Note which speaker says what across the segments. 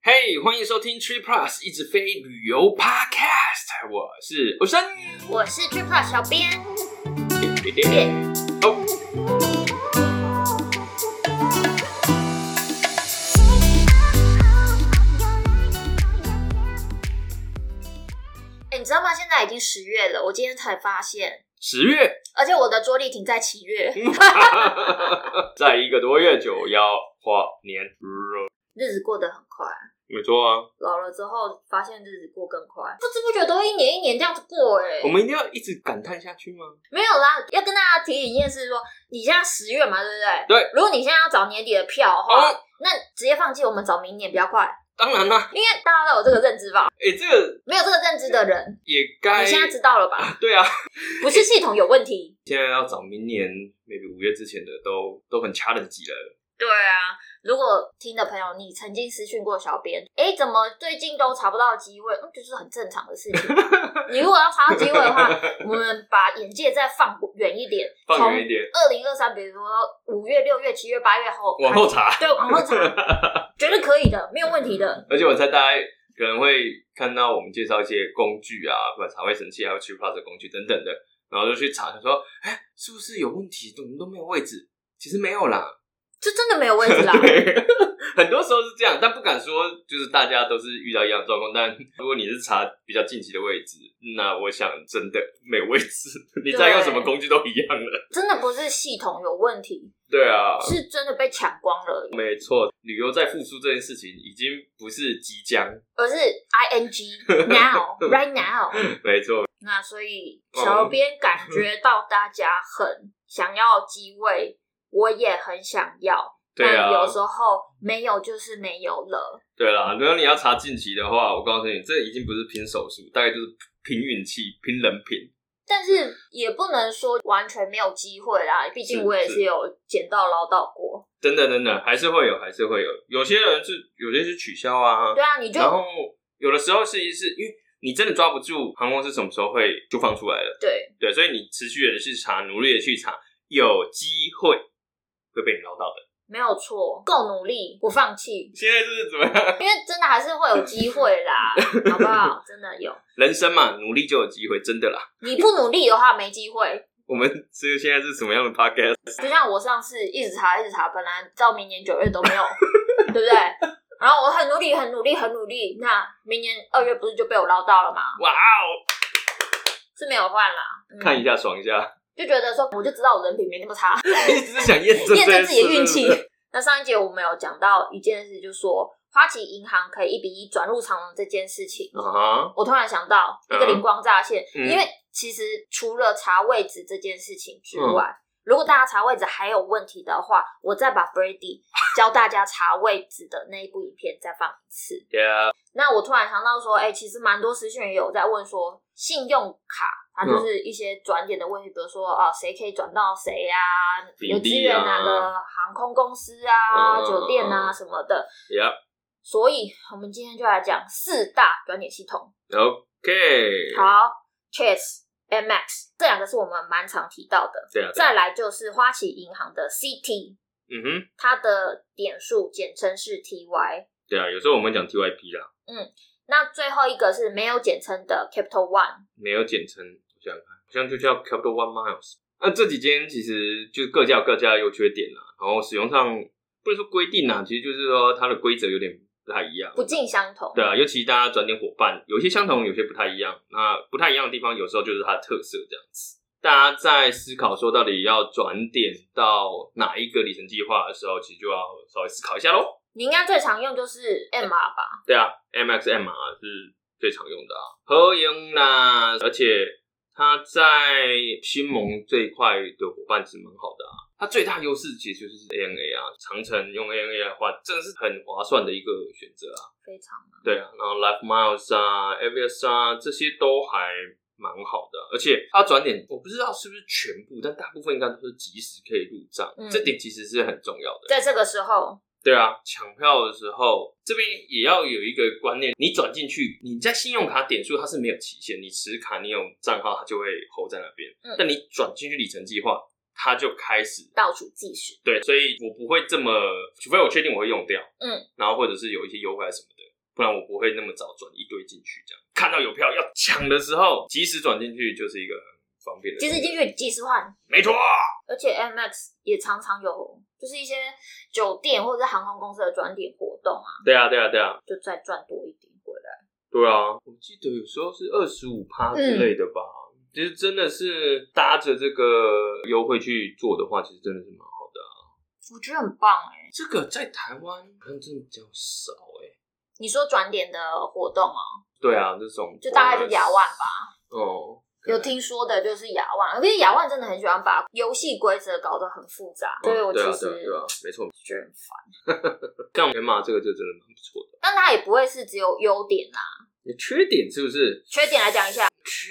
Speaker 1: 嘿欢迎收听 Tree Plus 一直飞旅游 Podcast，我是欧生。
Speaker 2: 我是 Triple 小编，
Speaker 1: 哦，
Speaker 2: 哎、你知道吗？现在已经十月了，我今天才发现，
Speaker 1: 十月，
Speaker 2: 而且我的桌历停在七月，
Speaker 1: 在一个多月九幺跨年，
Speaker 2: 日子过得很快。
Speaker 1: 没错啊，
Speaker 2: 老了之后发现日子过更快，不知不觉都一年一年这样子过哎、
Speaker 1: 我们一定要一直感叹下去吗？
Speaker 2: 没有啦，要跟大家提醒一件事说你现在十月嘛，对不对？
Speaker 1: 对。
Speaker 2: 如果你现在要找年底的票的话，
Speaker 1: 哦
Speaker 2: 那直接放弃，我们找明年比较快，
Speaker 1: 当然啦、
Speaker 2: 因为大家都有这个认知吧？
Speaker 1: 哎、这个
Speaker 2: 没有这个认知的人，
Speaker 1: 也该
Speaker 2: 你现在知道了吧？
Speaker 1: 对啊，
Speaker 2: 不是系统有问题。
Speaker 1: 现在要找明年 maybe 五月之前的都都很 challenge 了。
Speaker 2: 对啊，如果听的朋友你曾经私讯过小编，哎，怎么最近都查不到机位？嗯，就是很正常的事情。啊你如果要查到机位的话，我们把眼界再放远一点，
Speaker 1: 放远一点，
Speaker 2: 从二零二三，比如说五月、六月、七月、八月后
Speaker 1: 往后，查。
Speaker 2: 对，往后 查，绝对可以的，没有问题的。
Speaker 1: 而且我猜大家可能会看到我们介绍一些工具啊，不管查卫生器还有 Tree Plus 的工具等等的，然后就去查，想说，哎、是不是有问题？怎么都没有位置？其实没有啦，
Speaker 2: 这真的没有位 置啦。
Speaker 1: 对，很多时候是这样，但不敢说，就是大家都是遇到一样的状况。但如果你是查比较近期的位置，那我想真的没有位置， 你再用什么工具都一样了。
Speaker 2: 真的不是系统有问题，
Speaker 1: 对啊，
Speaker 2: 是真的被抢光了，
Speaker 1: 没错，旅游在复苏这件事情已经不是即将，
Speaker 2: 而是 I N G now right now。
Speaker 1: 没错，
Speaker 2: 那所以小编感觉到大家很想要机位，我也很想要，
Speaker 1: 对啊，
Speaker 2: 但有时候没有就是没有了。
Speaker 1: 对啦，如果你要查近期的话，我告诉你，这已经不是拼手速，大概就是拼运气、拼人品。
Speaker 2: 但是也不能说完全没有机会啦，毕竟
Speaker 1: 是
Speaker 2: 我也
Speaker 1: 是
Speaker 2: 是有捡到捞到过。
Speaker 1: 等等等等，还是会有，还是会有。有些人是，有些是取消啊。
Speaker 2: 对啊，你就
Speaker 1: 然后有的时候是一是因为你真的抓不住航空公司什么时候会就放出来了，
Speaker 2: 对
Speaker 1: 对，所以你持续的去查，努力的去查，有机会会被你捞到的。
Speaker 2: 没有错，够努力，不放弃，
Speaker 1: 现在是怎么样？
Speaker 2: 因为真的还是会有机会 啦，好不好？真的有，
Speaker 1: 人生嘛，努力就有机会，真的啦。
Speaker 2: 你不努力的话没机会。
Speaker 1: 我们这个现在是什么样的 podcast？
Speaker 2: 就像我上次一直查一直查，本来到明年九月都没 有，对不对？然后我很努力，很努力，很努力。那明年二月不是就被我捞到了吗？
Speaker 1: 哇哦，
Speaker 2: 是没有换啦，嗯、
Speaker 1: 看一下爽一下，
Speaker 2: 就觉得说，我就知道我人品没那么差，
Speaker 1: 一直想验证
Speaker 2: 验
Speaker 1: 这件
Speaker 2: 证自己
Speaker 1: 事
Speaker 2: 的运
Speaker 1: 对
Speaker 2: 气
Speaker 1: 不对。
Speaker 2: 那上一节我们有讲到一件事，就是说花旗银行可以一比一转入长隆这件事情，
Speaker 1: 啊，
Speaker 2: 我突然想到一个
Speaker 1: 嗯
Speaker 2: 灵光乍现，
Speaker 1: 嗯
Speaker 2: 因为其实除了查位置这件事情之
Speaker 1: 嗯
Speaker 2: 外，如果大家查位置还有问题的话，我再把 Brady 教大家查位置的那一部影片再放一次。
Speaker 1: Yeah，
Speaker 2: 那我突然想到说，哎、其实蛮多私讯也有在问说，信用卡它就是一些转点的问题，比如说啊，谁可以转到谁啊，
Speaker 1: 嗯比例啊
Speaker 2: 有资源哪个航空公司啊、
Speaker 1: 嗯
Speaker 2: 酒店啊什么的。
Speaker 1: yeah，OK。
Speaker 2: 所以我们今天就来讲四大转点系统。好，Chase、m Max 这两个是我们蛮常提到的。
Speaker 1: 对啊，对啊
Speaker 2: 再来就是花旗银行的 CT，
Speaker 1: 嗯哼，
Speaker 2: 它的点数简称是 TY。
Speaker 1: 对啊，有时候我们讲 TYP 啦，
Speaker 2: 那最后一个是没有简称的 Capital One，
Speaker 1: 没有简称，我想想看，好像就叫 Capital One Miles。那这几间其实就各家有各家的优缺点啦，然后使用上不能说规定啦，其实就是说它的规则有点不太一样。
Speaker 2: 不尽相同。
Speaker 1: 对啊，尤其大家转点伙伴，有些相同，有些不太一样。那不太一样的地方，有时候就是它的特色这样子。大家在思考说到底要转点到哪一个里程计划的时候，其实就要稍微思考一下喽。
Speaker 2: 你应该最常用就是 MR 吧？
Speaker 1: 对啊，MXM 啊是最常用的啊，合用啦，而且它在新盟这一块的伙伴是蛮好的啊。它最大优势其实就是 ANA 啊，长城用 ANA 的话，真的是很划算的一个选择啊。
Speaker 2: 非常吗
Speaker 1: 对啊，然后 Life Miles 啊、Avias 啊这些都还蛮好的啊，而且它转点我不知道是不是全部，但大部分应该都是及时可以入账，
Speaker 2: 嗯
Speaker 1: 这点其实是很重要的。
Speaker 2: 在这个时候，
Speaker 1: 对啊，抢票的时候，这边也要有一个观念，你转进去，你在信用卡点数它是没有期限，你持卡你有账号它就会 hold 在那边，
Speaker 2: 嗯
Speaker 1: 但你转进去里程计划，它就开始
Speaker 2: 倒数计时，
Speaker 1: 对，所以我不会这么，除非我确定我会用掉，
Speaker 2: 嗯，
Speaker 1: 然后或者是有一些优惠啊什么的，不然我不会那么早转一堆进去。这样看到有票要抢的时候，及时转进去就是一个很方便的事。
Speaker 2: 其实进去即时换，
Speaker 1: 没错，
Speaker 2: 而且 MX 也常常有，就是一些酒店或者是航空公司的转点活动啊，
Speaker 1: 对啊，对啊，对啊，
Speaker 2: 就再赚多一点回来。
Speaker 1: 对啊。我记得有时候是二十五
Speaker 2: 嗯
Speaker 1: 趴之类的吧。其实真的是搭着这个优惠去做的话，其实真的是蛮好的啊、
Speaker 2: 我觉得很棒哎、
Speaker 1: 这个在台湾好像真的比较少哎、
Speaker 2: 你说转点的活动哦、
Speaker 1: 对啊，这种
Speaker 2: 就大概就亚万吧。
Speaker 1: 哦，
Speaker 2: 有听说的就是亚万，可是亚万真的很喜欢把游戏规则搞得很复杂，所以我其
Speaker 1: 对啊
Speaker 2: 实
Speaker 1: 对啊对啊，没错。
Speaker 2: 觉得很烦。
Speaker 1: 像源码这个就真的蛮不错的。
Speaker 2: 但它也不会是只有优点啦，
Speaker 1: 你缺点是不是？
Speaker 2: 缺点来讲一下，
Speaker 1: 哦缺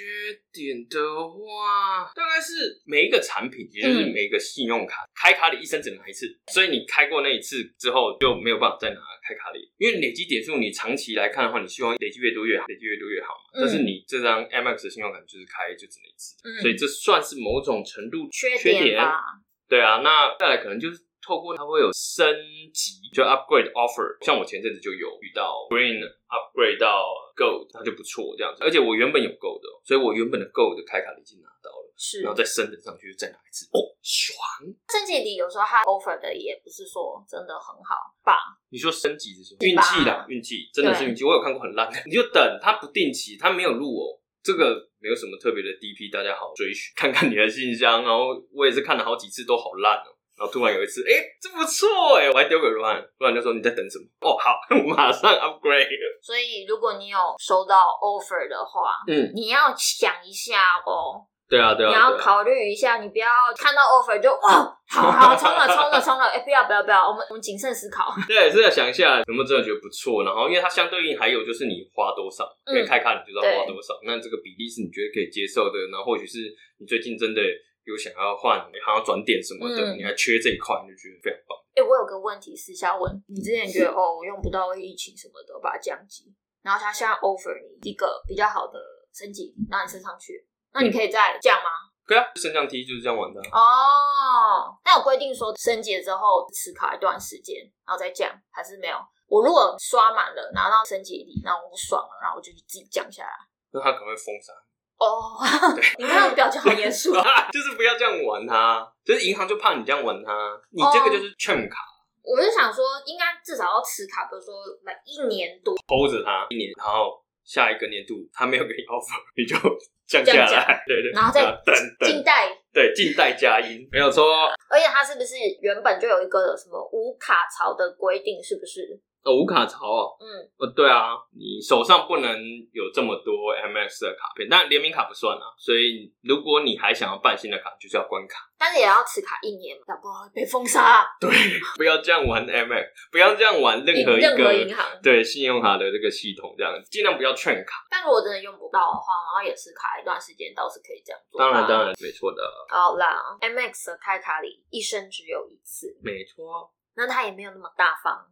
Speaker 1: 点的话，大概是每一个产品，也就是
Speaker 2: 嗯
Speaker 1: 每一个信用卡、开卡里一生只能拿一次，所以你开过那一次之后就没有办法再拿开卡里，因为累积点数你长期来看的话，你希望累积越多越好，累积越多越好嘛。
Speaker 2: 嗯
Speaker 1: 但是你这张 MX 的信用卡就是开就只能一次，
Speaker 2: 嗯
Speaker 1: 所以这算是某种程度
Speaker 2: 缺
Speaker 1: 点
Speaker 2: 吧，
Speaker 1: 对啊，那再来可能就是透过它会有升级，就 upgrade offer。像我前阵子就有遇到 green upgrade 到 gold，它就不错这样子。而且我原本有 gold，哦所以我原本的 gold 的开卡已经拿到了，
Speaker 2: 是
Speaker 1: 然后再升等上去就再拿一次，哦，爽！
Speaker 2: 升级里有时候它 offer 的也不是说真的很好吧，
Speaker 1: 你说升级的时候，
Speaker 2: 对
Speaker 1: 运
Speaker 2: 吧
Speaker 1: 气啦，运气真的是运气。我有看过很烂的，你就等它不定期，它没有入哦。这个没有什么特别的 DP，大家好好追寻，看看你的信箱。然后我也是看了好几次，都好烂哦。然后突然有一次，哎、这不错哎，我还丢给罗汉，罗汉就说你在等什么？哦，好， 我马上 upgrade。
Speaker 2: 所以如果你有收到 offer 的话，
Speaker 1: 嗯，
Speaker 2: 你要想一下哦，
Speaker 1: 对啊，对啊，
Speaker 2: 你
Speaker 1: 对啊
Speaker 2: 要考虑一下，你不要看到 offer 就哇，好好冲了冲了冲了，哎、不要不要不要，我们我们谨慎思考，
Speaker 1: 对，是要想一下有没有真的觉得不错，然后因为它相对应还有就是你花多少，因
Speaker 2: 嗯
Speaker 1: 为开卡你就知道花多少，那这个比例是你觉得可以接受的，然后或许是你最近真的有想要换，你还要转点什么的，
Speaker 2: 嗯
Speaker 1: 你还缺这一块，你就觉得非常棒。
Speaker 2: 哎、我有个问题私下问你，之前觉得哦，我用不到，因为疫情什么的，我把它降级，然后他现在 offer 你一个比较好的升级，让你升上去，那你可以再降吗？
Speaker 1: 对啊，升降梯就是这样玩的啊、
Speaker 2: 哦，那有规定说升级了之后持卡一段时间，然后再降，还是没有？我如果刷满了拿到升级礼，那我不爽了，然后我就自己降下来。
Speaker 1: 那它可能会封杀，
Speaker 2: 哦， 你看我表情好严肃。哦
Speaker 1: 就是不要这样玩它，就是银行就怕你这样玩它，你这
Speaker 2: 哦
Speaker 1: 个就是券卡
Speaker 2: 我就想说，应该至少要持卡，比如说来一年多
Speaker 1: hold 着它一年，然后下一个年度它没有给你 offer，你就降下
Speaker 2: 降价
Speaker 1: 来，对对，
Speaker 2: 然后再
Speaker 1: 等
Speaker 2: 近
Speaker 1: 等，
Speaker 2: 代
Speaker 1: 对，静待佳音，没有错。
Speaker 2: 而且它是不是原本就有一个什么无卡槽的规定？是不是？
Speaker 1: 哦，无卡槽哦，
Speaker 2: 嗯，
Speaker 1: 哦，对啊，你手上不能有这么多 MX 的卡片，但联名卡不算啊。所以如果你还想要办新的卡，就是要关卡，
Speaker 2: 但是也要持卡一年嘛，要不然会被封杀。
Speaker 1: 不要这样玩 MX，不要这样玩任何一
Speaker 2: 任何银
Speaker 1: 个
Speaker 2: 行。
Speaker 1: 对信用卡的这个系统，这样尽量不要劝卡。
Speaker 2: 但如果真的用不到的话，然后也持卡一段时间，倒是可以这样做。
Speaker 1: 当然，当。然，没错的，
Speaker 2: 好啦，MX 的开卡里一生只有一次，
Speaker 1: 没错。
Speaker 2: 那它也没有那么大方。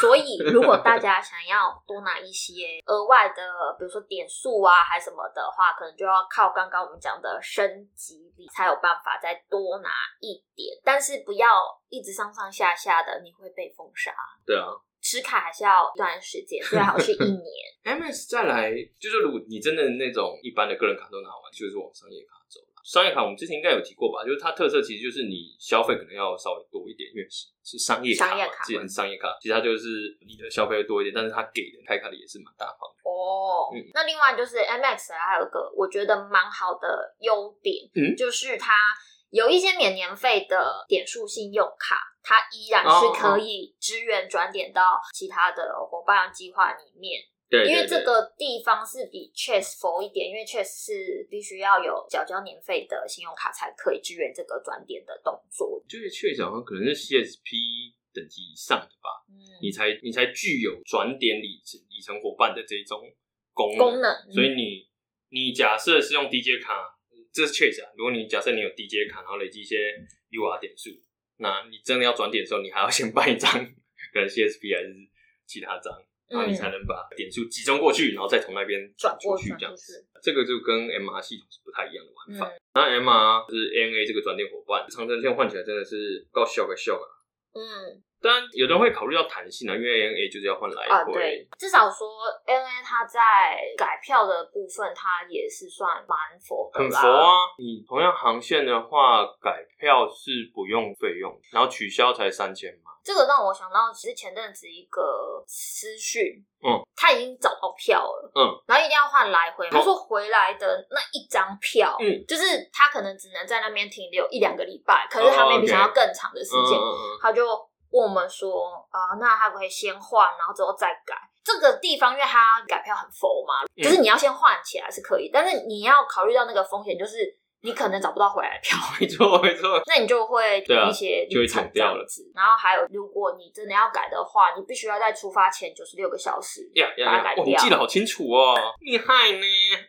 Speaker 2: 所以，如果大家想要多拿一些额外的，比如说点数啊，还什么的话，可能就要靠刚刚我们讲的升级礼才有办法再多拿一点。但是不要一直上上下下的，你会被封杀。
Speaker 1: 对啊
Speaker 2: 持卡还是要一段时间，最好是一年。
Speaker 1: ，MX 再来就是，如果你真的那种一般的个人卡都拿完，就是往商业卡走啦。商业卡我们之前应该有提过吧，就是它特色其实就是你消费可能要稍微多一点，因为是是商业卡嘛，
Speaker 2: 商业卡
Speaker 1: 既然是商业卡，其实它就是你的消费会多一点，但是它给的开卡的也是蛮大方的。
Speaker 2: 哦
Speaker 1: 嗯
Speaker 2: 那另外就是 MX 还有一个我觉得蛮好的优点，
Speaker 1: 嗯
Speaker 2: 就是它有一些免年费的点数信用卡，它依然是
Speaker 1: 哦
Speaker 2: 可以支援转点到其他的伙伴计划里面。
Speaker 1: 对
Speaker 2: 因为这个地方是比 Chase 佛一点，因为 Chase 是必须要有缴交年费的信用卡才可以支援这个转点的动作。
Speaker 1: 就是确实好像可能是 CSP 等级以上的吧，
Speaker 2: 嗯，
Speaker 1: 你才你才具有转点里程里程伙伴的这种功能。
Speaker 2: 功能
Speaker 1: 所以你你假设是用 DJ 卡，这是确实啊。如果你假设你有 DJ 卡，然后累积一些 UR 点数，那你真的要转点的时候，你还要先办一张， 可能 CSP 还是其他张，然后你才能把点数集中过去，然后再从那边
Speaker 2: 嗯转
Speaker 1: 出
Speaker 2: 过
Speaker 1: 去
Speaker 2: 去
Speaker 1: 这样
Speaker 2: 就
Speaker 1: 子。
Speaker 2: 是，
Speaker 1: 这个就跟 MR 系统是不太一样的玩法。
Speaker 2: 嗯
Speaker 1: 那 MR 就是 ANA 这个转点伙伴，长城线换起来真的是够笑个笑啊！
Speaker 2: 嗯，
Speaker 1: 当然，有的人会考虑到弹性啊，因为 ANA 就是要换来
Speaker 2: 啊，
Speaker 1: 回，
Speaker 2: 对，至少说 N A 它在改票的部分，它也是算蛮佛的
Speaker 1: 很佛
Speaker 2: 啦。
Speaker 1: 啊。你同样航线的话，改票是不用费用，然后取消才三千嘛。
Speaker 2: 这个让我想到，其实前阵子一个私讯，
Speaker 1: 嗯，
Speaker 2: 他已经找到票了，
Speaker 1: 嗯，
Speaker 2: 然后一定要换来回。
Speaker 1: 嗯
Speaker 2: 他说回来的那一张票，
Speaker 1: 嗯，
Speaker 2: 就是他可能只能在那边停留一两个礼拜，可是他
Speaker 1: 哦
Speaker 2: maybe
Speaker 1: OK
Speaker 2: 想要更长的时
Speaker 1: 嗯
Speaker 2: 间，
Speaker 1: 嗯嗯
Speaker 2: 他就问我们说，啊、那他可不可以先换，然后之后再改？这个地方因为它改票很佛嘛，
Speaker 1: 嗯
Speaker 2: 就是你要先换起来是可以，但是你要考虑到那个风险，就是你可能找不到回来的票。
Speaker 1: 没错没错，
Speaker 2: 那你就会
Speaker 1: 对啊
Speaker 2: 一些
Speaker 1: 就会
Speaker 2: 遗产
Speaker 1: 剪
Speaker 2: 这
Speaker 1: 掉
Speaker 2: 样
Speaker 1: 了
Speaker 2: 子。然后还有，如果你真的要改的话，你必须要在出发前九十六个小时，
Speaker 1: 呀
Speaker 2: 把它
Speaker 1: 呀呀
Speaker 2: 改！
Speaker 1: 哇，你
Speaker 2: 掉
Speaker 1: 记得好清楚哦，厉害呢。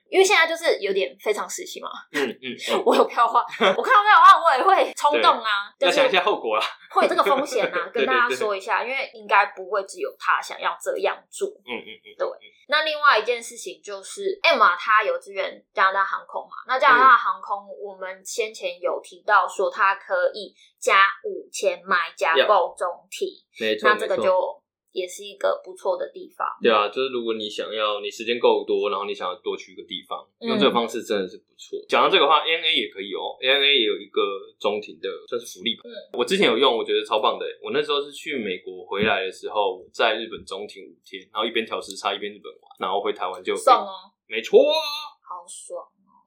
Speaker 2: 因为现在就是有点非常时期嘛。
Speaker 1: 嗯嗯，嗯
Speaker 2: 我有票的话，我看到票的话，我也会冲动啊，
Speaker 1: 要
Speaker 2: 但
Speaker 1: 想一
Speaker 2: 是
Speaker 1: 下后果啦。
Speaker 2: 会有这个风险啊，
Speaker 1: 对对
Speaker 2: 跟大家
Speaker 1: 对
Speaker 2: 说一下，因为应该不会只有他想要这样做。
Speaker 1: 嗯嗯嗯，
Speaker 2: 那另外一件事情就是 Emma 她有支援加拿大航空嘛？那加拿
Speaker 1: 嗯
Speaker 2: 大航空我们先前有提到说它可以加五千麦加
Speaker 1: Yeah
Speaker 2: 购中体。
Speaker 1: 没错
Speaker 2: 那这
Speaker 1: 没
Speaker 2: 个
Speaker 1: 错。
Speaker 2: 就也是一个不错的地方。
Speaker 1: 对啊，就是如果你想要，你时间够多，然后你想要多去一个地方，
Speaker 2: 嗯
Speaker 1: 用这个方式真的是不错。讲、到这个话，ANA 也可以哦，ANA 也有一个中庭的，算是福利
Speaker 2: 嗯
Speaker 1: 吧。我之前有用，我觉得超棒的。欸我那时候是去美国回来的时候，我在日本中庭五天，然后一边调时差一边日本玩，然后回台湾就
Speaker 2: 送哦，
Speaker 1: 没错，
Speaker 2: 好爽！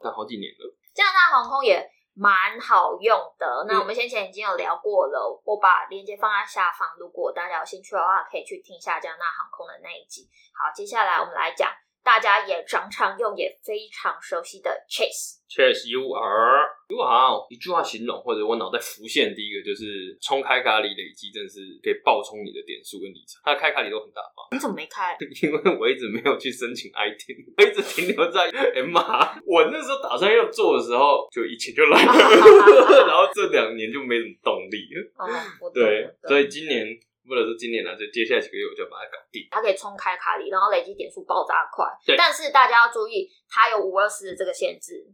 Speaker 1: 但好几年了，
Speaker 2: 加拿大航空也蛮好用的。那我们先前已经有聊过了，我把链接放在下方，如果大家有兴趣的话，可以去听一下加拿大航空的那一集。好，接下来我们来讲大家也常常用、也非常熟悉的 Chase。
Speaker 1: 确实 you are you are 哦一句话形容，或者我脑袋浮现的第一个就是冲开卡里累积，真的是可以爆冲你的点数跟里程，它的开卡里都很大方。
Speaker 2: 你怎么没开？
Speaker 1: 因为我一直没有去申请 i t 我一直停留在 M R。我那时候打算要做的时候，就疫情就 来了，然后这两年就没什么动力了。
Speaker 2: 哦，我懂
Speaker 1: 对，
Speaker 2: 我
Speaker 1: 所
Speaker 2: 懂。
Speaker 1: 以今年或者是今年呢、啊，就接下来几个月我就要把它搞定。
Speaker 2: 它可以冲开卡里，然后累积点数爆炸快
Speaker 1: 对。
Speaker 2: 但是大家要注意，它有五二四的这个限制，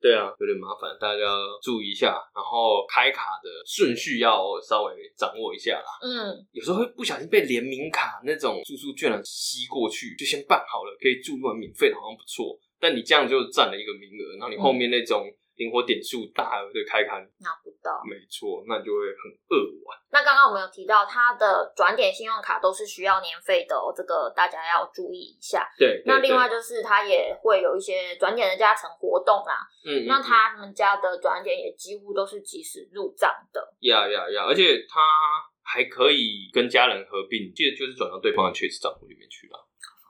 Speaker 1: 对啊，有点麻烦，大家注意一下，然后开卡的顺序要稍微掌握一下啦。
Speaker 2: 嗯，
Speaker 1: 有时候会不小心被联名卡那种住宿券啊吸过去，就先办好了，可以住完免费的，好像不错。但你这样就占了一个名额，然后你
Speaker 2: 嗯
Speaker 1: 后面那种灵活点数大额的开卡，
Speaker 2: 拿不到。
Speaker 1: 没错，那就会很扼腕。
Speaker 2: 那刚刚我们有提到，它的转点信用卡都是需要年费的哦，这个大家要注意一下。
Speaker 1: 对，
Speaker 2: 那
Speaker 1: 对
Speaker 2: 另外，就是它也会有一些转点的加成活动啦，
Speaker 1: 对嗯，
Speaker 2: 那
Speaker 1: 嗯
Speaker 2: 他们家的转点也几乎都是及时入账的。
Speaker 1: 嗯呀呀呀，而且它还可以跟家人合并，记得就是转到对方的 Chase 账户里面去了。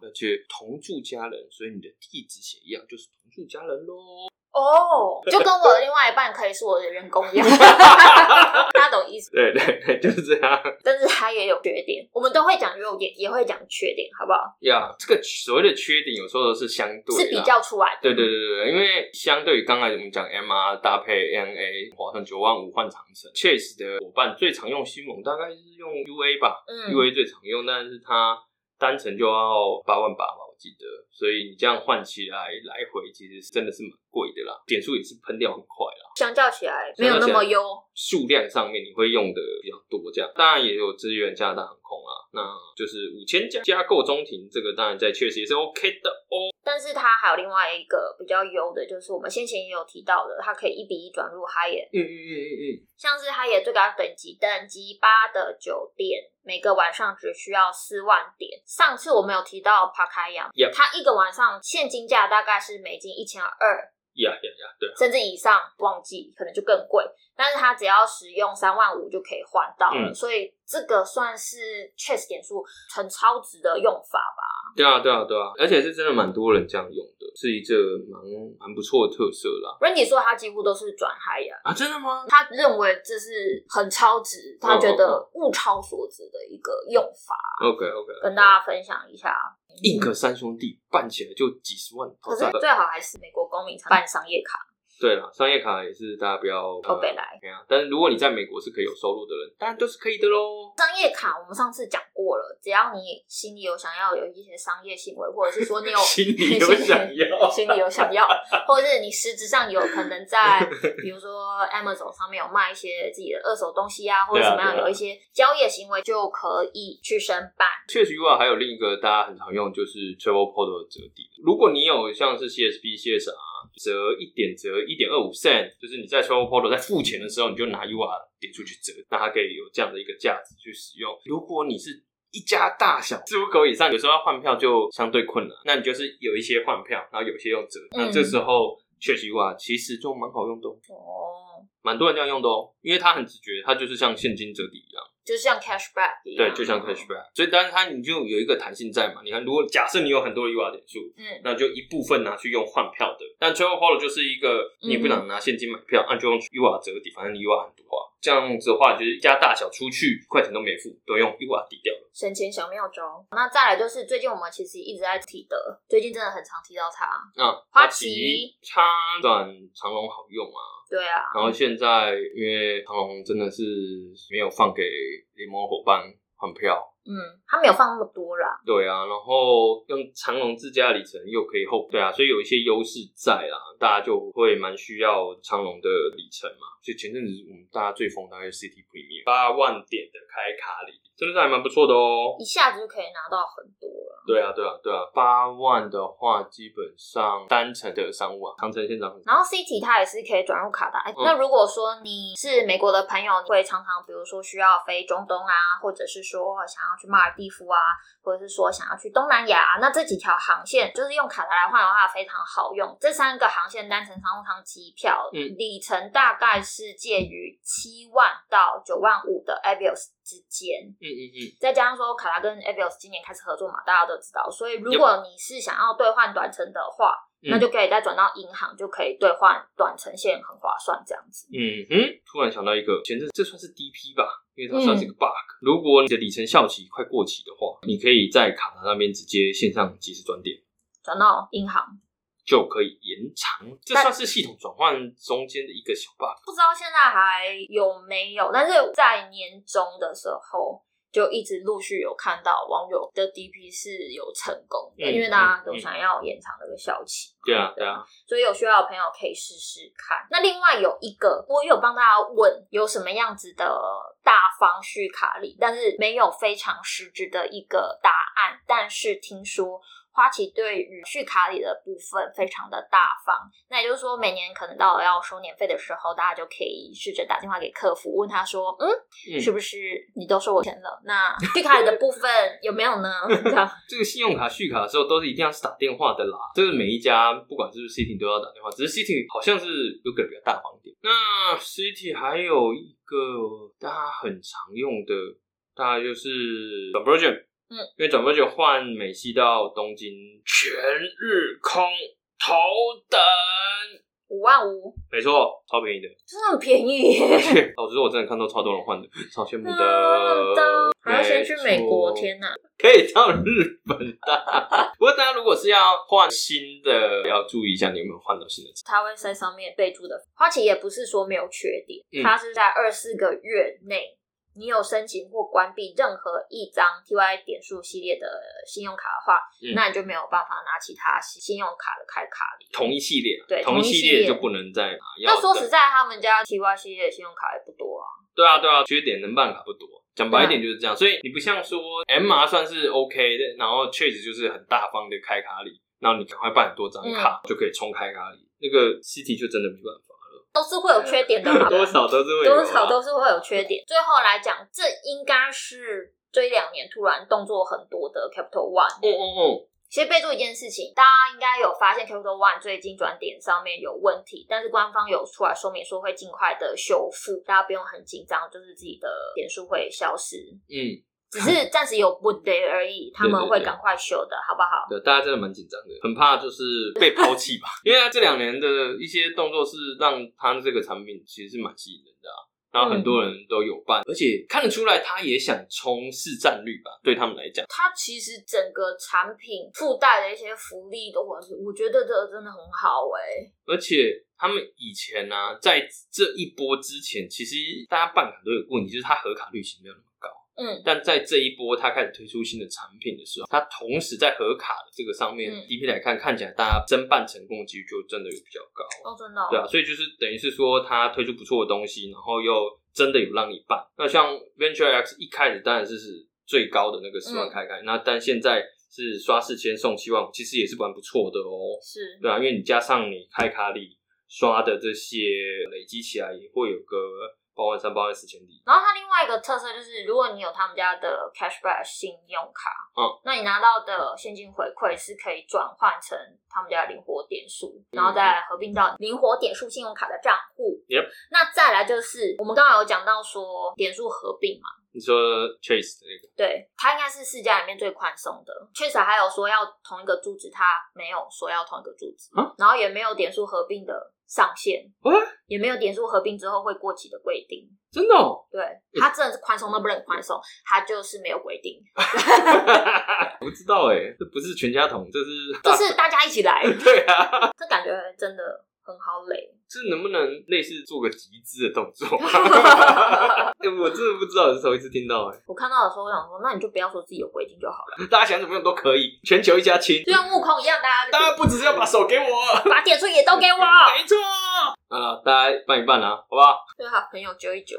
Speaker 1: 而且同住家人，所以你的地址写一样，就是同住家人喽。
Speaker 2: 哦，就跟我的另外一半可以是我的员工 一样，大家懂意思。
Speaker 1: 对对对，就是这样。
Speaker 2: 但是它也有缺点，我们都会讲优点，也会讲缺点，好不好？
Speaker 1: 呀这个所谓的缺点有时候都是相对啦
Speaker 2: 是比较出来的。
Speaker 1: 对对对对，对因为相对于刚才我们讲 MR 搭配 NA 划算九万五换长城，Chase 的伙伴最常用新盟大概是用 UA 吧、
Speaker 2: 嗯
Speaker 1: u a 最常用，但是它单程就要八万八吧，我记得，所以你这样换起来来回其实真的是蛮贵的啦，点数也是喷掉很快啦，
Speaker 2: 相较起来没有那么优。
Speaker 1: 数量上面你会用的比较多，这样当然也有支援加拿大航空啦，那就是五千加加购中庭，这个当然在 Chase 也是 OK 的哦。
Speaker 2: 但是它还有另外一个比较优的，就是我们先前也有提到的，它可以一比一转入 h i g h
Speaker 1: 嗯嗯嗯嗯嗯。
Speaker 2: 像是 h i g h 最高等级等级八的酒店，每个晚上只需要四万点。上次我们有提到帕开扬
Speaker 1: Yep
Speaker 2: 它一个晚上现金价大概是美金一千二
Speaker 1: 呀呀呀，对啊，
Speaker 2: 甚至以上，忘记可能就更贵。但是它只要使用三万五就可以换到了，
Speaker 1: 嗯
Speaker 2: 所以这个算是 Chase 点数很超值的用法吧。
Speaker 1: 对啊，对啊，对啊，而且是真的蛮多人这样用的，是一个蛮蛮不错的特色啦。
Speaker 2: Randy 说他几乎都是转 h i g h
Speaker 1: 啊，真的吗？
Speaker 2: 他认为这是很超值，他
Speaker 1: 嗯
Speaker 2: 觉得物超所值的一个用法，
Speaker 1: OK OK，
Speaker 2: 跟大家分享一下。
Speaker 1: 印个三兄弟办起来就几十万，好
Speaker 2: 可
Speaker 1: 赞
Speaker 2: 是！最好还是美国公民才办商业卡，
Speaker 1: 对啦，商业卡也是大家不要
Speaker 2: 哦北来。
Speaker 1: 对啊，但是如果你在美国是可以有收入的人，当然都是可以的喽。
Speaker 2: 商业卡我们上次讲过了，只要你心里有想要有一些商业行为，或者是说你 有
Speaker 1: 心里有想要
Speaker 2: 心里有想要，或者是你实质上有可 能在，比如说 Amazon 上面有卖一些自己的二手东西啊，或者
Speaker 1: 对啊
Speaker 2: 怎么样，
Speaker 1: 对啊
Speaker 2: 有一些交易的行为就可以去申办。
Speaker 1: 确实 UI 还有另一个大家很常用，就是 Travel Portal 的折抵。如果你有像是 CSP、CSR 折一点折一点二五 cent，就是你在 Travel Portal 在付钱的时候，你就拿 UR 点出去折，那它可以有这样的一个价值去使用。如果你是一家大小四五口以上，有时候要换票就相对困难，那你就是有一些换票，然后有些用折，那这时候确实 UI 其实就蛮好用的、哦。
Speaker 2: 哦，
Speaker 1: 蛮多人这样用的哦，因为它很直觉，它就是像现金折抵一样，
Speaker 2: 就像 cashback 一样，嗯
Speaker 1: 对，就像 cashback，所以但是它你就有一个弹性在嘛。你看，如果假设你有很多的 UR 点数，
Speaker 2: 嗯，
Speaker 1: 那就一部分拿去用换票的，但 travel polo 就是一个
Speaker 2: 嗯
Speaker 1: 你不想拿现金买票，那、就用 UR 折抵，反正你 UR 很多啊。这样子的话，就是一家大小出去一块钱都没付，都用 UR 抵掉了。
Speaker 2: 省钱小妙招。那再来就是最近我们其实一直在提的，最近真的很常提到它。
Speaker 1: 那
Speaker 2: 花旗
Speaker 1: 旗插短长龙好用啊，
Speaker 2: 对啊，
Speaker 1: 然后现在因为长龙真的是没有放给联盟伙伴换票，
Speaker 2: 嗯，它没有放那么多啦。
Speaker 1: 对啊，然后用长龙自家的里程又可以后，对啊，所以有一些优势在啦，大家就会蛮需要长龙的里程嘛。所以前阵子我们大家最疯大概是 City Premium 八万点的开卡礼，真的是还蛮不错的哦
Speaker 2: 一。下子就可以拿到很多了，
Speaker 1: 对啊，对啊，对啊，八万的话基本上单程的三万，长城现场很
Speaker 2: 然后 CT 它也是可以转入卡的。哎
Speaker 1: 嗯
Speaker 2: 那如果说你是美国的朋友，你会常常比如说需要飞中东啊，或者是说想要去马尔蒂夫啊，或者是说想要去东南亚、啊，那这几条航线就是用卡达来换的话非常好用。这三个航线单程商务舱机票，
Speaker 1: 嗯
Speaker 2: 里程大概是介于七万到九万五的 Avios 之间。
Speaker 1: 嗯嗯嗯，
Speaker 2: 再加上说卡拉跟 Avios 今年开始合作嘛，大家都知道，所以如果你是想要兑换短程的话，
Speaker 1: 嗯
Speaker 2: 那就可以再转到银行，就可以兑换短程线，很划算这样子。
Speaker 1: 嗯哼，突然想到一个，前阵这算是 DP 吧，因为它算是个 bug、如果你的里程效期快过期的话，你可以在卡达那边直接线上即时转点。
Speaker 2: 转到银行，
Speaker 1: 就可以延长，这
Speaker 2: 但
Speaker 1: 算是系统转换中间的一个小 bug。
Speaker 2: 不知道现在还有没有，但是在年终的时候。就一直陆续有看到网友的 DP 是有成功的，
Speaker 1: 嗯
Speaker 2: 因为大家
Speaker 1: 嗯
Speaker 2: 都
Speaker 1: 嗯
Speaker 2: 想要延长这个效期。
Speaker 1: 对啊，对啊，
Speaker 2: 所以有需要的朋友可以试试看。那另外有一个，我有帮大家问有什么样子的大方续卡礼，但是没有非常实质的一个答案。但是听说花旗对于续卡礼的部分非常的大方，那也就是说每年可能到了要收年费的时候，大家就可以试着打电话给客服，问他说，嗯，
Speaker 1: 嗯，
Speaker 2: 是不是你都收我钱了？那续卡礼的部分有没有呢？ 这样
Speaker 1: 这个信用卡续卡的时候都是一定要是打电话的啦，这个每一家不管是不是 City 都要打电话，只是 City 好像是有给比较大方一点。那 City 还有一个大家很常用的，大概就是转 version，
Speaker 2: 嗯，
Speaker 1: 因为转 version 换美西到东京全日空头等，
Speaker 2: 五万五，
Speaker 1: 没错，超便宜的。
Speaker 2: 真的很便宜耶。
Speaker 1: 而且 老实说，我真的看到超多人换的，超羡慕的。
Speaker 2: 嗯还要先去美国，
Speaker 1: 没错
Speaker 2: 天哪！
Speaker 1: 可以到日本的。不过大家如果是要换新的，要注意一下你有没有换到新的车。
Speaker 2: 它会在上面备注的。花旗也不是说没有缺点，
Speaker 1: 嗯
Speaker 2: 它是在二四个月内，你有申请或关闭任何一张 TY 点数系列的信用卡的话，
Speaker 1: 嗯
Speaker 2: 那你就没有办法拿其他信用卡的开卡礼。
Speaker 1: 同一系列啊，
Speaker 2: 对
Speaker 1: 同
Speaker 2: 同一
Speaker 1: 系
Speaker 2: 系列
Speaker 1: 就不能再拿。要
Speaker 2: 那说
Speaker 1: 等
Speaker 2: 实在，他们家 TY 系列的信用卡也不多啊。
Speaker 1: 对啊，对啊，缺点能办卡不多。讲白一点就是这样，所以你不像说 M R 算是 O、k 的，然后确实就是很大方的开卡礼，然后你赶快办很多
Speaker 2: 嗯
Speaker 1: 张卡、就可以冲开卡礼。那个 City 就真的没办法，
Speaker 2: 都是会有缺点的嘛，
Speaker 1: 多少都是会有啊
Speaker 2: 多少都是会有缺点。最后来讲，这应该是这一两年突然动作很多的 Capital One。
Speaker 1: 哦哦哦，
Speaker 2: 其实备注一件事情，大家应该有发现 Capital One 最近转点上面有问题，但是官方有出来说明说会尽快的修复，大家不用很紧张，就是自己的点数会消失，
Speaker 1: 嗯，
Speaker 2: 只是暂时有 boot day 而已，他们会赶快修的，好不好？
Speaker 1: 对，大家真的蛮紧张的，很怕就是被抛弃 吧。因为他这两年的一些动作是让他这个产品其实是蛮吸引人的、啊，然后很多人都有伴，而且看得出来他也想冲市占率吧，对他们来讲，
Speaker 2: 它其实整个产品附带的一些福利的话，我觉得这个真的很好哎、
Speaker 1: 而且。他们以前呢、啊，在这一波之前，其实大家办卡都有个问题，就是它合卡率其实没有那么高。
Speaker 2: 嗯，
Speaker 1: 但在这一波他开始推出新的产品的时候，他同时在核卡的这个上面
Speaker 2: 嗯
Speaker 1: DP 来看，看起来大家申办成功的几率就真的有比较高。
Speaker 2: 哦，真的、哦，
Speaker 1: 对啊，所以就是等于是说他推出不错的东西，然后又真的有让你办。那像 Venture X 一开始当然是是最高的那个十万
Speaker 2: 嗯
Speaker 1: 开开，那但现在是刷四千送七万五，其实也是蛮不错的哦。
Speaker 2: 是，
Speaker 1: 对啊，因为你加上你开卡里刷的这些累积起来，也会有个八万三、八万四千里。
Speaker 2: 然后它另外一个特色就是，如果你有他们家的 cashback 信用卡，
Speaker 1: 嗯，
Speaker 2: 那你拿到的现金回馈是可以转换成他们家的灵活点数，
Speaker 1: 嗯
Speaker 2: 然后再合并到灵活点数信用卡的账户。
Speaker 1: Yep
Speaker 2: 那再来就是我们刚刚有讲到说点数合并嘛，
Speaker 1: 你说 Chase 的那个。
Speaker 2: 对，它应该是四家里面最宽松的。确实还有说要同一个住址，它没有说要同一个住址，
Speaker 1: 啊
Speaker 2: 然后也没有点数合并的上限，
Speaker 1: 啊
Speaker 2: 也没有点数合并之后会过期的规定。
Speaker 1: 真的、哦，
Speaker 2: 对，它真的是宽松到不能宽松，它就是没有规 定，
Speaker 1: 不知道哎、这不是全家桶，这是
Speaker 2: 就是大家一起来，
Speaker 1: 啊 对啊，
Speaker 2: 这感觉真的很好累。
Speaker 1: 这能不能类似做个集资的动作？欸我真的不知道，是头一次听到哎、
Speaker 2: 我看到的时候，我想说，那你就不要说自己有规定就好了，
Speaker 1: 大家想怎么用都可以，全球一家亲
Speaker 2: 就，像悟空一样，大家
Speaker 1: 大家不只是要把手给我，
Speaker 2: 把点数也都给我。
Speaker 1: 没错啊，大家办一办啦、好不好？
Speaker 2: 对啊，朋友揪一揪，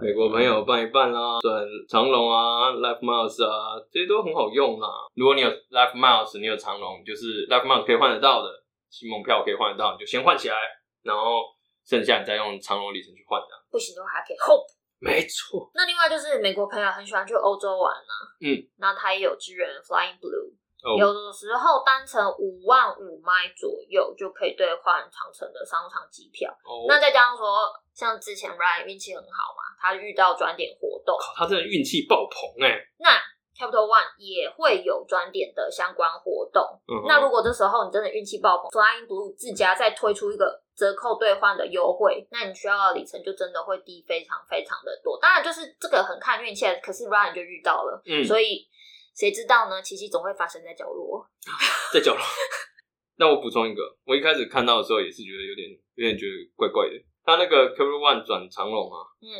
Speaker 1: 美国朋友办一办啦、转长龙啊，Life Miles 啊，这些都很好用啦、如果你有 Life Miles，你有长龙，就是 Life Miles 可以换得到的，新盟票可以换得到，你就先换起来，然后剩下你再用长龙里程去换的。
Speaker 2: 不行的话还可以 hope。
Speaker 1: 没错，
Speaker 2: 那另外就是美国朋友很喜欢去欧洲玩啊，
Speaker 1: 嗯，
Speaker 2: 那他也有支援 Flying Blue，、
Speaker 1: 哦，
Speaker 2: 有的时候单程五万五麦左右就可以兑换长城的商场机票。
Speaker 1: 哦
Speaker 2: 那再加上说，像之前 Ryan 运气很好嘛，他遇到转点活动
Speaker 1: 靠，他真的运气爆棚哎、
Speaker 2: 那 Capital One 也会有转点的相关活动。
Speaker 1: 嗯
Speaker 2: 那如果这时候你真的运气爆棚，Flying Blue 自家再推出一个折扣兑换的优惠，那你需要的里程就真的会低非常非常的多。当然，就是这个很看运气，可是 Ryan 就遇到了，
Speaker 1: 嗯，
Speaker 2: 所以谁知道呢？奇迹总会发生在角落。
Speaker 1: 在角落。那我补充一个，我一开始看到的时候也是觉得有点有点觉得怪怪的。他那个 Capital One 转长龙啊，
Speaker 2: 嗯，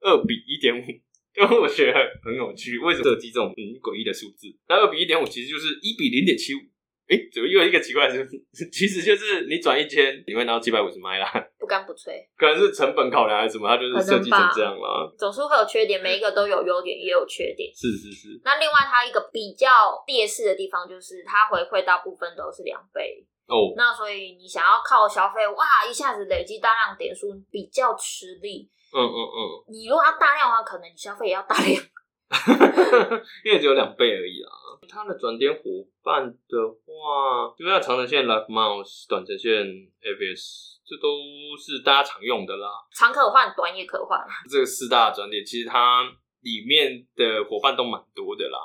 Speaker 1: 二比一点五，因为我觉得很有趣，为什么设计这种嗯诡异的数字？那二比一点五其实就是一比零点七五。诶，怎么又有一个奇怪的数字？ 其实就是你转一千，你会拿到七百五十麦啦。
Speaker 2: 不干不脆，
Speaker 1: 可能是成本考量还是什么，它就是设计成这样啦。
Speaker 2: 总是会有缺点，每一个都有优点也有缺点。
Speaker 1: 是是是，
Speaker 2: 那另外它一个比较劣势的地方就是，它回馈大部分都是两倍，
Speaker 1: 哦，
Speaker 2: 那所以你想要靠消费哇一下子累积大量点数比较吃力。
Speaker 1: 嗯嗯
Speaker 2: 你如果要大量的话，可能你消费也要大量。
Speaker 1: 嗯， 因为只有两倍而已啊。它的转点伙伴的话，因为它长程线 Life Mouse、短程线 AVS，这都是大家常用的啦。
Speaker 2: 长可换，短也可换。
Speaker 1: 这四大转点，其实它里面的伙伴都蛮多的啦，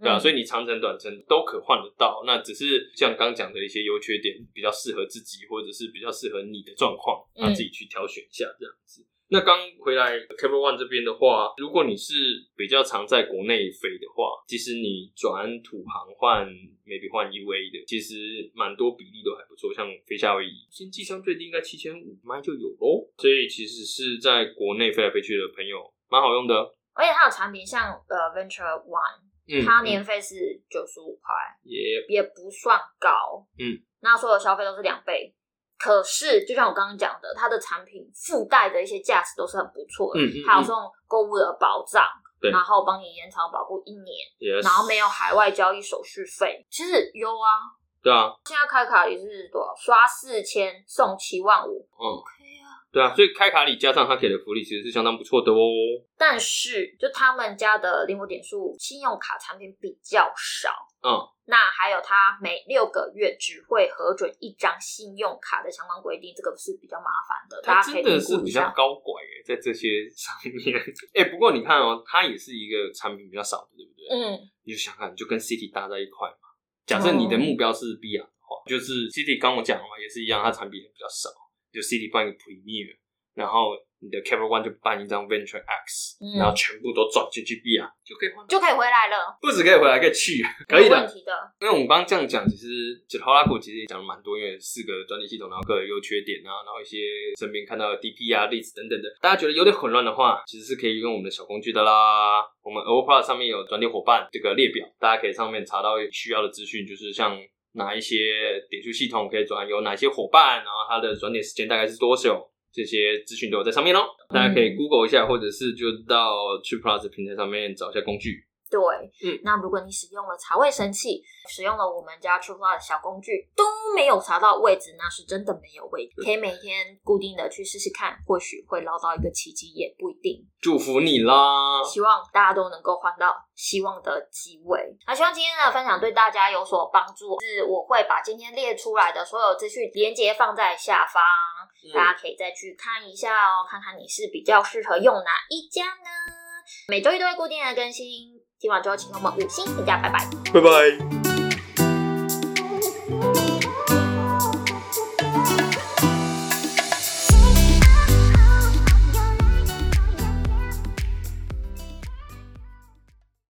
Speaker 1: 对啊，所
Speaker 2: 以
Speaker 1: 以你长程、短程都可换得到。那只是像刚讲的一些优缺点，比较适合自己，或者是比较适合你的状况，
Speaker 2: 嗯
Speaker 1: 那自己去挑选一下这样子。那刚回来 Capital One 这边的话，如果你是比较常在国内飞的话，其实你转土航换 maybe 换 UA 的，其实蛮多比例都还不错，像飞夏威夷，经济舱最低应该七千五麦就有喽，所以其实是在国内飞来飞去的朋友蛮好用的。
Speaker 2: 而且它的产品像呃 Venture One，
Speaker 1: 嗯，
Speaker 2: 它年费是九十五块，
Speaker 1: 嗯也
Speaker 2: 也不算高。
Speaker 1: 嗯，
Speaker 2: 那所有消费都是两倍。可是，就像我刚刚讲的，它的产品附带的一些价值都是很不错的，
Speaker 1: 嗯嗯
Speaker 2: 还有送购物的保障，
Speaker 1: 对
Speaker 2: 然后帮你延长保护一年，
Speaker 1: 也
Speaker 2: 然后没有海外交易手续费，其实有啊。
Speaker 1: 对啊，
Speaker 2: 现在开卡也是多少？刷四千送七万五
Speaker 1: 嗯，
Speaker 2: ，OK 啊。
Speaker 1: 对啊，所以开卡里加上他给的福利其实是相当不错的哦。
Speaker 2: 但是，就他们家的灵活点数信用卡产品比较少，
Speaker 1: 嗯，
Speaker 2: 那还有它每六个月只会核准一张信用卡的相关规定，这个是比较麻烦的，
Speaker 1: 他
Speaker 2: 大家可
Speaker 1: 真
Speaker 2: 以
Speaker 1: 的
Speaker 2: 评
Speaker 1: 是
Speaker 2: 估一
Speaker 1: 比较
Speaker 2: 下。
Speaker 1: 高拐耶，在这些上面。哎、不过你看哦，它也是一个产品比较少的，对不对？
Speaker 2: 嗯，
Speaker 1: 你就想看，你就跟 City 搭在一块嘛。假设
Speaker 2: 哦
Speaker 1: 你的目标是 B 啊的话，就是 City 刚我讲的话也是一样，它产品也比较少，就 City 办一个 Premier，然后你的 Capital One 就办一张 Venture X，、
Speaker 2: 嗯
Speaker 1: 然后全部都转去 GBR 就可以换，
Speaker 2: 就可以回来了，
Speaker 1: 不止可以回来，可以去，可以
Speaker 2: 没有
Speaker 1: 的。
Speaker 2: 问题的。
Speaker 1: 因为我们刚刚这样讲，其实就拉古其实也讲了蛮多，因为四个专利系统，然后各有优缺点啊，然后一些身边看到的 DP 啊、例子等等的，大家觉得有点混乱的话，其实是可以用我们的小工具的啦。我们 o p r a 上面有专利伙伴这个列表，大家可以上面查到需要的资讯，就是像。哪一些点数系统可以转？有哪些伙伴？然后它的转点时间大概是多久？这些资讯都有在上面哦。大家可以 Google 一下，或者是就到 t r i Plus 平台上面找一下工具。
Speaker 2: 对，
Speaker 1: 嗯
Speaker 2: 那如果你使用了查位神器，使用了我们家 TrueFly 的小工具，都没有查到位置，那是真的没有位置。可以每天固定的去试试看，或许会捞到一个奇迹，也不一定。
Speaker 1: 祝福你啦！
Speaker 2: 希望大家都能够换到希望的机位。那希望今天的分享对大家有所帮助，是我会把今天列出来的所有资讯连接放在下方，大家可以再去看一下哦，看看你是比较适合用哪一家呢？每周一都会固定的更新，听完之后请给我们五星评价，拜拜。
Speaker 1: 拜拜。